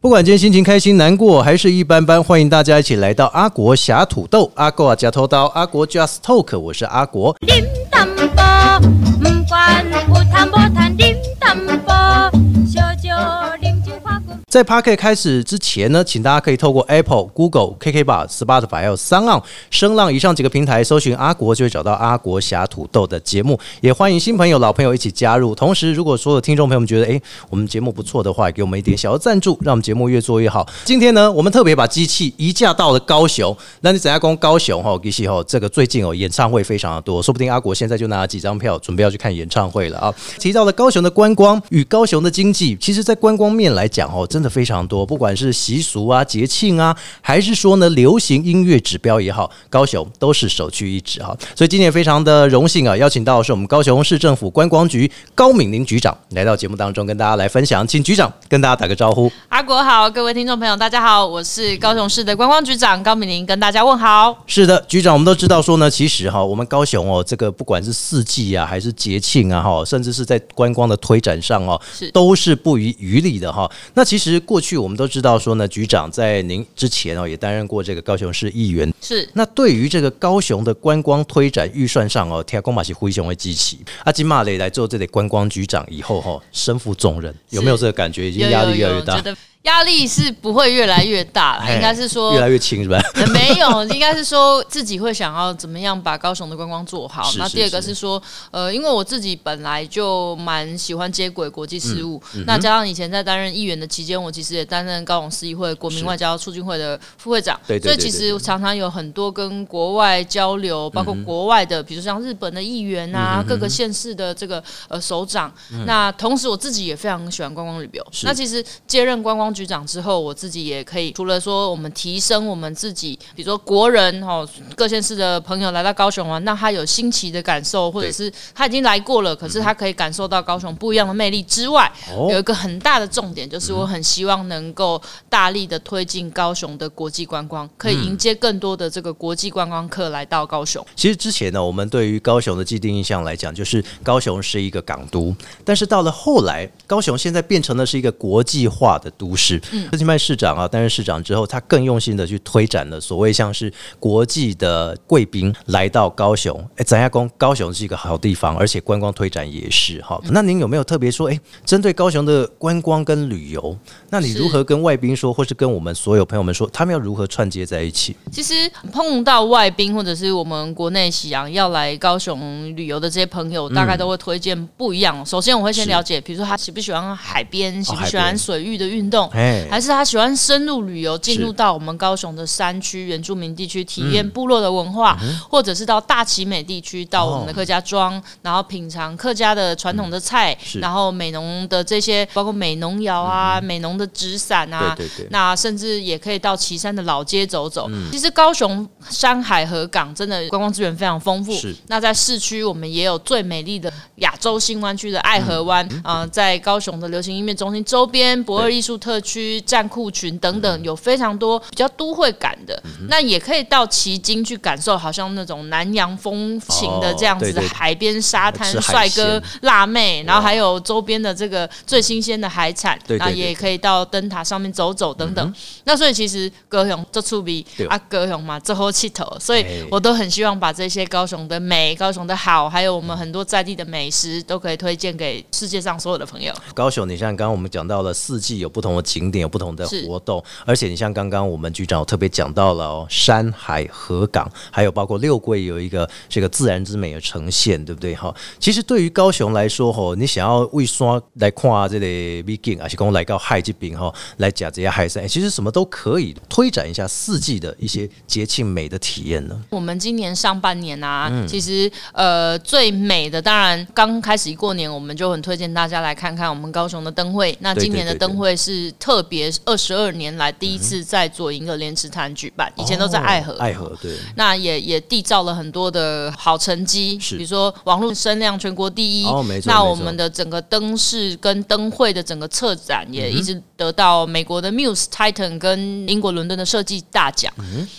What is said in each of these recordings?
不管今天心情开心、难过还是一般般，欢迎大家一起来到阿国侠土豆、阿国啊夹头刀、阿国 Just Talk，我是阿国。 điểm tâm bò Mùm quan u tham bò than điểm tâm bò Cho cho điểm chữ khoa cùng 在 p a r k e t 开始之前呢，请大家可以透过 Apple、Google、KK Bar、Spotify 还有 s o n 声浪以上几个平台搜寻阿国，就会找到阿国侠土豆的节目。也欢迎新朋友、老朋友一起加入。同时，如果所有听众朋友们觉得诶我们节目不错的话，也给我们一点小的赞助，让我们节目越做越好。今天呢，我们特别把机器移架到了高雄。那你怎样攻高雄哈？其实哈，这个最近哦演唱会非常的多，说不定阿国现在就拿了几张票，准备要去看演唱会了啊。提到了高雄的观光与高雄的经济，其实在观光面来讲哦，真的非常多，不管是习俗啊、节庆啊，还是说呢流行音乐指标也好，高雄都是首屈一指哈。所以今天也非常的荣幸啊，邀请到的是我们高雄市政府观光局高敏玲局长来到节目当中跟大家来分享，请局长跟大家打个招呼。阿国好，各位听众朋友，大家好，我是高雄市的观光局长高敏玲，跟大家问好。是的，局长，我们都知道说呢，其实哈，我们高雄哦，这个不管是四季啊，还是节庆啊，哈，甚至是在观光的推展上哦，是都是不遗余力的哈。那其实过去我们都知道说呢，局长在您之前哦，也担任过这个高雄市议员。是那对于这个高雄的观光推展预算上哦，天公马是灰熊会激起阿啊金马雷来做这里观光局长以后哈、哦，身负重任，有没有这个感觉？已经压力越来越大，有有有觉得压力是不会越来越大啦，哎应该是说越来越轻是吧？呃没有，应该是说自己会想要怎么样把高雄的观光做好。 是那是第二个是是说，呃，因为我自己本来就蛮喜欢接轨国际事务，嗯那加上以前在担任议员的期间，我其实也担任高雄市议会国民是外交促进会的副会长，对对对所以对其对实常常有很多跟国外交流，包括国外的，比如像日本的议员嗯啊，各个县市的这个呃首长。那同时我自己也非常喜欢观光旅游。是那其实接任观光局长之后，我自己也可以除了说我们提升我们自己，比如说国人哦，各县市的朋友来到高雄玩，那他有新奇的感受，或者对嗯是他已经来过了，可是他可以感受到高雄不一样的魅力之外，哦有一个很大的重点，就是我很希望能够大力的推进高雄的国际观光，可以迎接更多的这个国际观光客来到高雄。其实之前呢，我们对于高雄的既定印象来讲，就是高雄是一个港都，但是到了后来，高雄现在变成了是一个国际化的都市。嗯柯清迈市长啊，担任市长之后，他更用心的去推展了所谓像是国际的贵宾来到高雄。哎，咱家公高雄是一个好地方，而且观光推展也是哈。嗯那您有没有特别说，哎，针对高雄的观光跟旅游，那你是如何跟外宾说，或是跟我们所有朋友们说，他们要如何串接在一起？其实碰到外宾或者是我们国内喜洋要来高雄旅游的这些朋友，大概都会推荐不一样哦。首先我会嗯先是哦了解，比如说他喜不喜欢海边，喜不海喜欢边水域的运动，哎，还是他喜欢深入旅游，进入是嗯到我们高雄的山区、原住民地区，体验部落的文化，或者是到大旗美地区，到我们的客家庄，然后品尝客家的传统的菜，哦嗯是嗯然后美农的这些，包括美农窑啊、美农的纸伞啊，对对嗯对那甚至也可以到旗山的老街走走。其实高雄山海河港真的观光资源非常丰富是。那在市区，我们也有最美丽的亚洲新湾区的爱河嗯湾啊、呃在高雄的流行音乐中心周边、博二艺术特区、战库群等嗯等，有非常多比较都会感的。那也可以到旗津去感受，好像那种南洋风情的这样哦子的对对海边沙滩吃、海帅哥鲜辣妹，然后哇还有周边的这个最新鲜的海产，对对那对也对可以到灯塔上面走走等等。那所以其实高雄这出名对啊，高雄嘛这后气头，所以哎我都很希望把这些高雄的美、高雄的好，还有我们很多在地的美食，都可以推荐给世界上所有的朋友。高雄，你像刚刚我们讲到了四季有不同的景点，有不同的是活动，而且你像刚刚我们局长有特别讲到了哦，山海河港，还有包括六桂有一个这个自然之美的呈现，对不对？哈，其实对于高雄来说，吼，你想要为山来看这啊类 v i k i n 而且跟我来到海这边哈，来讲这些海山，哎其实什么都可以推展一下四季的一些节庆美的体验呢。嗯我们今年上半年啊，其实呃最美的，当然刚开始一过年，我们就很推荐大家来看看我们高雄的灯会。那对今年的对对灯会是特别二十二年来第一次在左营的莲池潭举办，以前都在爱河。哦爱河对，那也也缔造了很多的好成绩，是比如说网络声量全国第一，哦没错那没我错们的整个灯饰跟灯会的整个策展也嗯一直得到美国的 Muse Titan 跟英国伦敦的设计大奖。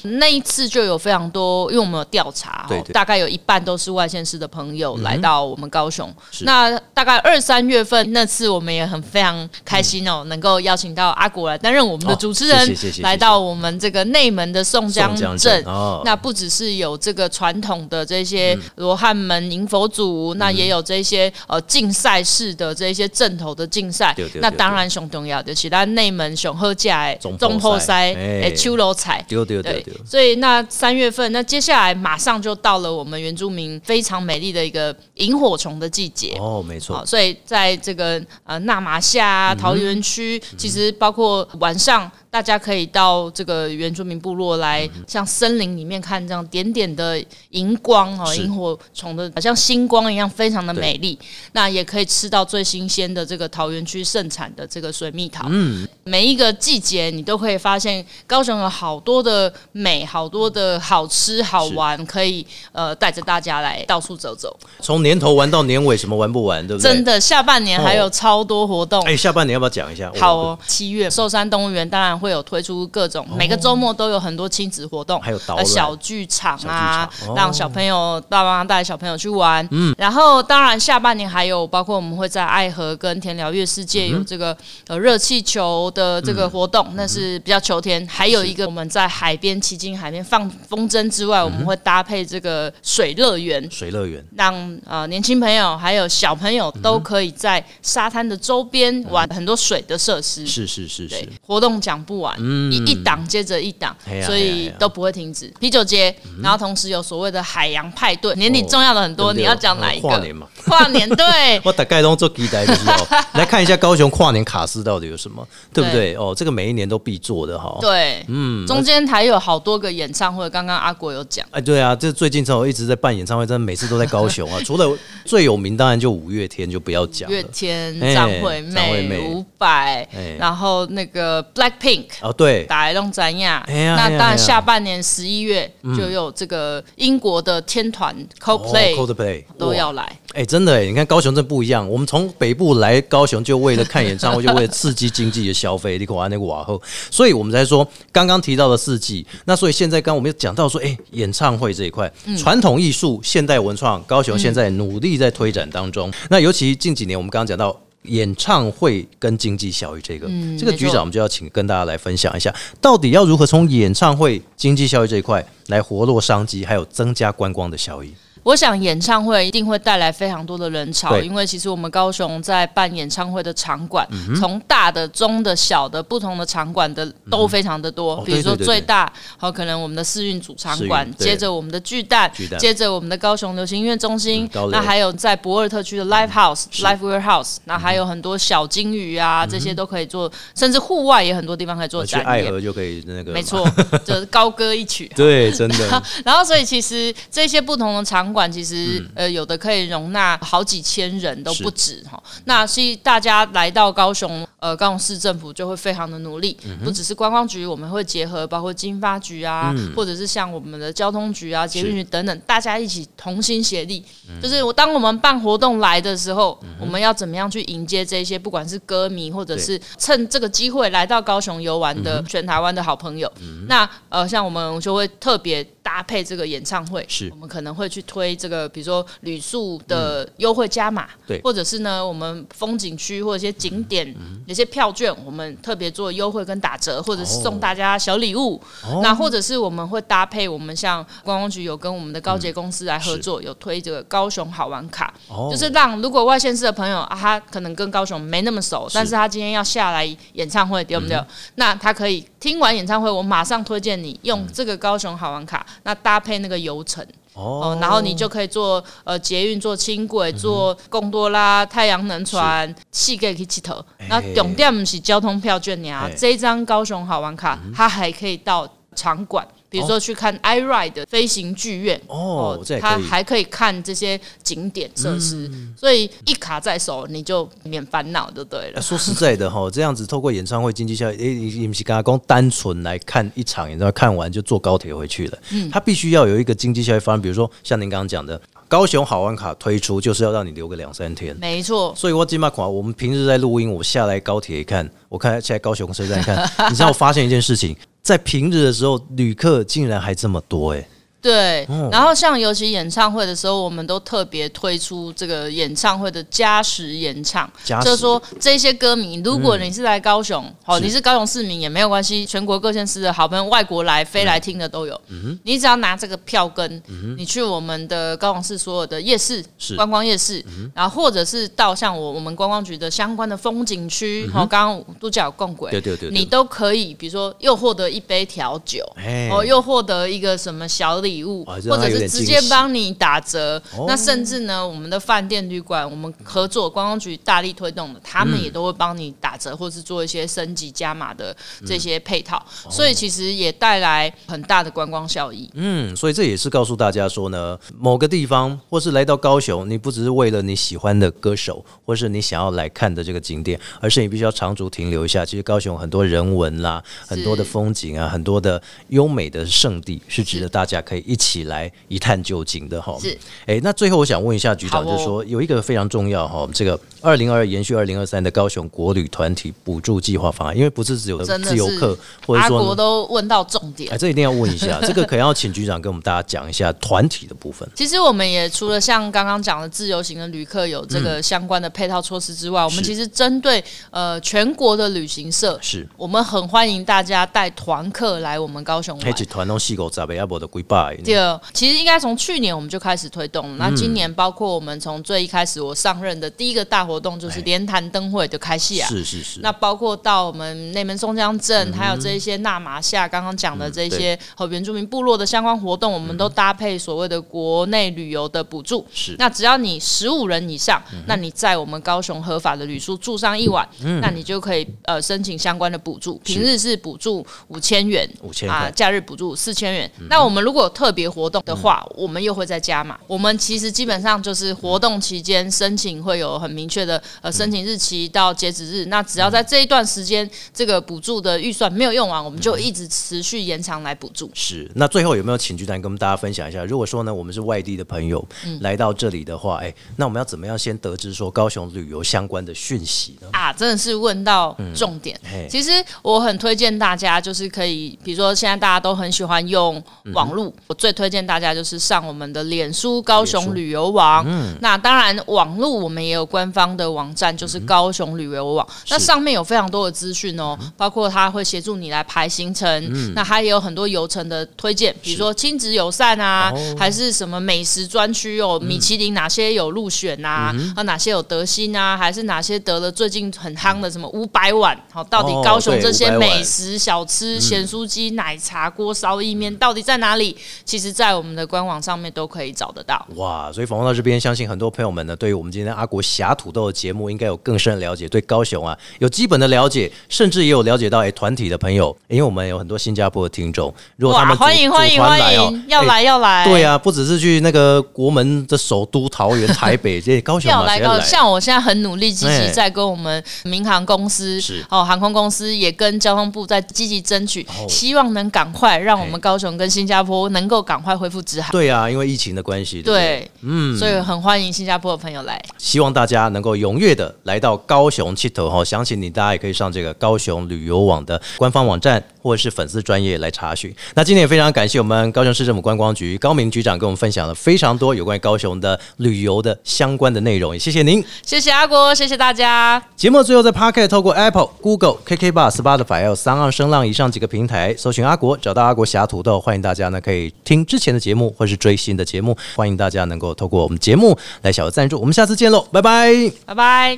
那一次就有非常多，因为我们有调查哦，嗯对对大概有一半都是外县市的朋友来到我们高雄。是那大概二三月份那次，我们也很非常开心哦，能够邀请到阿国来担任我们的嗯哦主持人，谢谢谢谢谢谢来到我们这个内门的宋江宋江镇镇。哦那啊不只是有这个传统的这些罗汉门迎佛祖，那也有这些呃竞赛式的这些阵头的竞赛对对。对那当然熊重要的，就是咱内门熊喝架的总中破破塞塞哎诶秋楼彩。丢丢丢对丢，，所以那三月份，那接下来马上就到了我们原住民非常美丽的一个萤火虫的季节。哦，没错嗯好，，所以在这个呃纳马夏、啊、桃园区，其实包括晚上，大家可以到这个原住民部落来，嗯像森林里面看这样点点的荧光哦，是萤火虫的，好像星光一样，非常的美丽。那也可以吃到最新鲜的这个桃园区盛产的这个水蜜桃。嗯，每一个季节你都可以发现，高雄有好多的美，好多的好吃好玩，可以呃带着大家来到处走走。从年头玩到年尾，什么玩不完，对不对？真，的，下半年还有超多活动。哎，下半年要不要讲一下？哦好哦哦，七月寿山动物园当然会有推出各种，每个周末都有很多亲子活动，还有导呃览小剧场啊小剧场哦，让小朋友爸妈带小朋友去玩。嗯，然后当然下半年还有包括我们会在爱河跟田寮月世嗯界有这个呃热气球的这个活动，那是比较秋天。还有一个我们在海边骑进海边放风筝之嗯外，我们会搭配这个水乐园，水乐园，让呃年轻朋友还有小朋嗯友都可以在沙滩的周边玩很多水的设施。是是是对是，，嗯活动讲不完，一一档接着一档嘿，呀所嘿呀以嘿呀嗯都不会停止。啤酒节，然后同时有所谓的海洋派对，年底重要的很对不多，你对哦要讲哪一个？跨年嘛，跨 ，年对我大概都做期待就是 哦，来看一下高雄跨年卡司到底有什么，对不对？哦，这个每一年都必做的哈。对，嗯，中间还有好多个演唱会，刚刚阿国有讲，哎，对啊，这最近正好一直在办演唱会，真的每次都在高 雄啊。除了最有名，当然就五月天就不要讲月了。天、哎张惠张惠妹妹、伍佰哎，然后那个 Blackpink，哦，对，打来弄展亚，哎呀那哎呀当哎呀嗯然下半年十一月就有这个英国的天团 Coldplay、哦 Coldplay 都要来，哎、真的哎，你看高雄这不一样，我们从北部来高雄就为了看演唱会，就为了刺激经济的消费，你给我那个瓦后，所以我们才说刚刚提到的四季，那所以现在刚刚我们又讲到说，哎、演唱会这一块，嗯传统艺术、现代文创，高雄现在努力在推展当嗯中。那尤其近几年，我们刚刚讲到。演唱会跟经济效益这个，嗯这个没局错长我们就要请跟大家来分享一下，到底要如何从演唱会经济效益这一块来活络商机，还有增加观光的效益。我想演唱会一定会带来非常多的人潮，对嗯因为其实我们高雄在办演唱会的场馆，从、大的、中的、小的不同的场馆的都非常的多。哦比如说对对对最大，好、可能我们的世运主场馆世运，对接着我们的巨蛋，巨蛋接着我们的高雄流行音乐中心嗯，高流那嗯还有在博尔特区的 Live House、Live Warehouse，那还有很多小金鱼嗯啊，这些都可以做，甚至户外也很多地方可以做呃去展爱演。河就可以那个，没错，就是高歌一曲。对，真 的然后，所以其实这些不同的场馆，其实、呃，有的可以容纳好几千人都是不止哈。那所以大家来到高雄，呃，高雄市政府就会非常的努力，不只是观光局，我们会结合包括经发局啊，或者是像我们的交通局啊、捷运局等等，大家一起同心协力。就是我当我们办活动来的时候，我们要怎么样去迎接这些不管是歌迷或者是趁这个机会来到高雄游玩的全台湾的好朋友。嗯那呃，像我们就会特别搭配这个演唱会，是嗯我们可能会去推这个，比如说旅宿的优惠加码，对嗯或者是呢，我们风景区或者一些景点、有些票券，我们特别做优惠跟打折，或者是送大家小礼物。哦那或者是我们会搭配我们像观光局有跟我们的嗯高捷公司来合作，有推这个高雄好玩卡，哦就是让如果外县市的朋友啊，他可能跟高雄没那么熟，但是他今天要下来演唱会，对不嗯对？那他可以听完演唱会，我马上推荐你嗯用这个高雄好玩卡，那搭配那个游程。哦哦，嗯然后你就可以坐呃捷运、坐轻轨、坐贡多拉、太阳能船，细个可以起头。哎那重点不是交通票券呀嘿，这一张高雄好玩嗯卡，它还可以到场馆。比如说去看 iRide 的飞行剧院哦这也可它以嗯还可以看这些景点设施，所以一卡在手你就免烦恼就对了呃。说实在的哈，这样子透过演唱会经济效益，诶，你你们是刚刚单纯来看一场演唱会，看完就坐高铁回去了。嗯，它必须要有一个经济效益方案，比如说像您刚刚讲的，高雄好玩卡推出就是要让你留个两三天。没错，所以我今晚款，我们平日在录音，我下来高铁一看，我看下来高雄车站看，你知道我发现一件事情，在平日的时候，旅客竟然还这么多哎、对哦，然后像尤其演唱会的时候，我们都特别推出这个演唱会的加时演唱加，时就是说这些歌迷，如果你是来高雄，哦，嗯是你是高雄市民也没有关系，全国各县市的好朋友、外国来飞来听的都有，嗯你只要拿这个票根，你去我们的高雄市所有的夜市是、嗯观光夜市，然后或者是到像我我们观光局的相关的风景区，哦，刚刚都叫共轨，嗯对对对对你都可以，比如说又获得一杯调酒，哎哦，又获得一个什么小礼物，哦或这让他者有是点直惊接喜帮你打折哦。那甚至呢，我们的饭店、旅馆，我们合作观光局大力推动的，他嗯们也都会帮你打折，或是做一些升级加码的嗯这些配套。哦所以其实也带来很大的观光效益。嗯，所以这也是告诉大家说呢，某个地方或是来到高雄，你不只是为了你喜欢的歌手，或是你想要来看的这个景点，而是你必须要长足停留一下。其实高雄很多人文啦，很多的风景啊，很多的优美的圣地，是值得大家可以一起来一探究竟的哈。是，哎，那最后我想问一下局长，好哦就是说有一个非常重要哈，这个二零二延续二零二三的高雄国旅团体补助计划方案，因为不是只有真的自由是客，或者阿说呢国都问到重点哎，。这一定要问一下，这个可能要请局长跟我们大家讲一下团体的部分。其实我们也除了像刚刚讲的自由行的旅客有这个相关的配套措施之外，我们嗯是其实针对呃全国的旅行社，是我们很欢迎大家带团客来我们高雄黑玩集。团弄细狗杂贝阿伯的龟拜，第二，其实应该从去年我们就开始推动嗯了。那今年包括我们从最一开始我上任的第一个大活动就是哎连潭灯会的开戏啊，是嗯是是，那包括到我们内门松江镇，还有这一些纳马夏刚刚讲的嗯这些和原住民部落的相关活动，我们都搭配所谓的国内旅游的补助。是那只要你十五人以上，那你在我们高雄合法的旅宿住上一晚，那你就可以呃申请相关的补助。平日嗯是补助五千嗯元， 5000块啊，假日补助四千元。那我们如果有特别活动的话，我们又会再加嘛。我们其实基本上就是活动期间申请会有很明确的呃申请日期到截止日，那只要在这一段时间这个补助的预算没有用完，我们就一直持续延长来补助。是。那最后有没有请局长跟我们大家分享一下？如果说呢，我们是外地的朋友嗯来到这里的话，哎，那我们要怎么样先得知说高雄旅游相关的讯息呢？啊，真的是问到重点。嘿其实我很推荐大家，就是可以，比如说现在大家都很喜欢用网络，我最推荐大家就是上我们的脸书高脸书雄旅游网。嗯那当然，网络我们也有官方的网站，嗯就是高雄旅游网。那上面有非常多的资讯哦，嗯包括他会协助你来排行程，那它也有很多游程的推荐，比如说亲子友善啊，哦嗯还是什么美食专区哦，米其林哪些有入选啊？啊，哪些有得星啊？还是哪些得了最近很夯的什么五百碗？好，到底哦高雄对这些500碗嗯美食小吃、咸酥鸡、奶茶、锅烧意面到底在哪里？其实，在我们的官网上面都可以找得到。哇，所以访问到这边，相信很多朋友们呢，对于我们今天阿国侠土豆的节目，应该有更深的了解，对高雄啊有基本的了解，甚至也有了解到哎团体的朋友，因为我们有很多新加坡的听众，如果他哇，们组欢迎欢组迎团欢来哦迎，要哎来要来！对啊，不只是去那个国门的首都桃园、台北，这高雄 要嘛，来谁要高，来？像我现在很努力，积哎极在跟我们民航公司是、哦航空公司也跟交通部在积极争取哦，希望能赶快让我哎们高雄跟新加坡能够赶快恢复直航。对啊，因为疫情的关系，不，对，嗯，所以很欢迎新加坡的朋友来。希望大家能够踊跃的来到高雄七头哈。详情你大家也可以上这个高雄旅游网的官方网站或者是粉丝专业来查询。那今天也非常感谢我们高雄市政府观光局高明局长跟我们分享了非常多有关于高雄的旅游的相关的内容，也谢谢您。谢谢阿国，谢谢大家。节目最后在 Pocket 透过 Apple、Google、KK Bar、Spotify 还有三岸声浪以上几个平台搜寻阿国，找到阿国侠土豆。欢迎大家呢可以听之前的节目或是追新的节目，欢迎大家能够透过我们节目来小额赞助。我们下次见喽，拜拜。拜拜。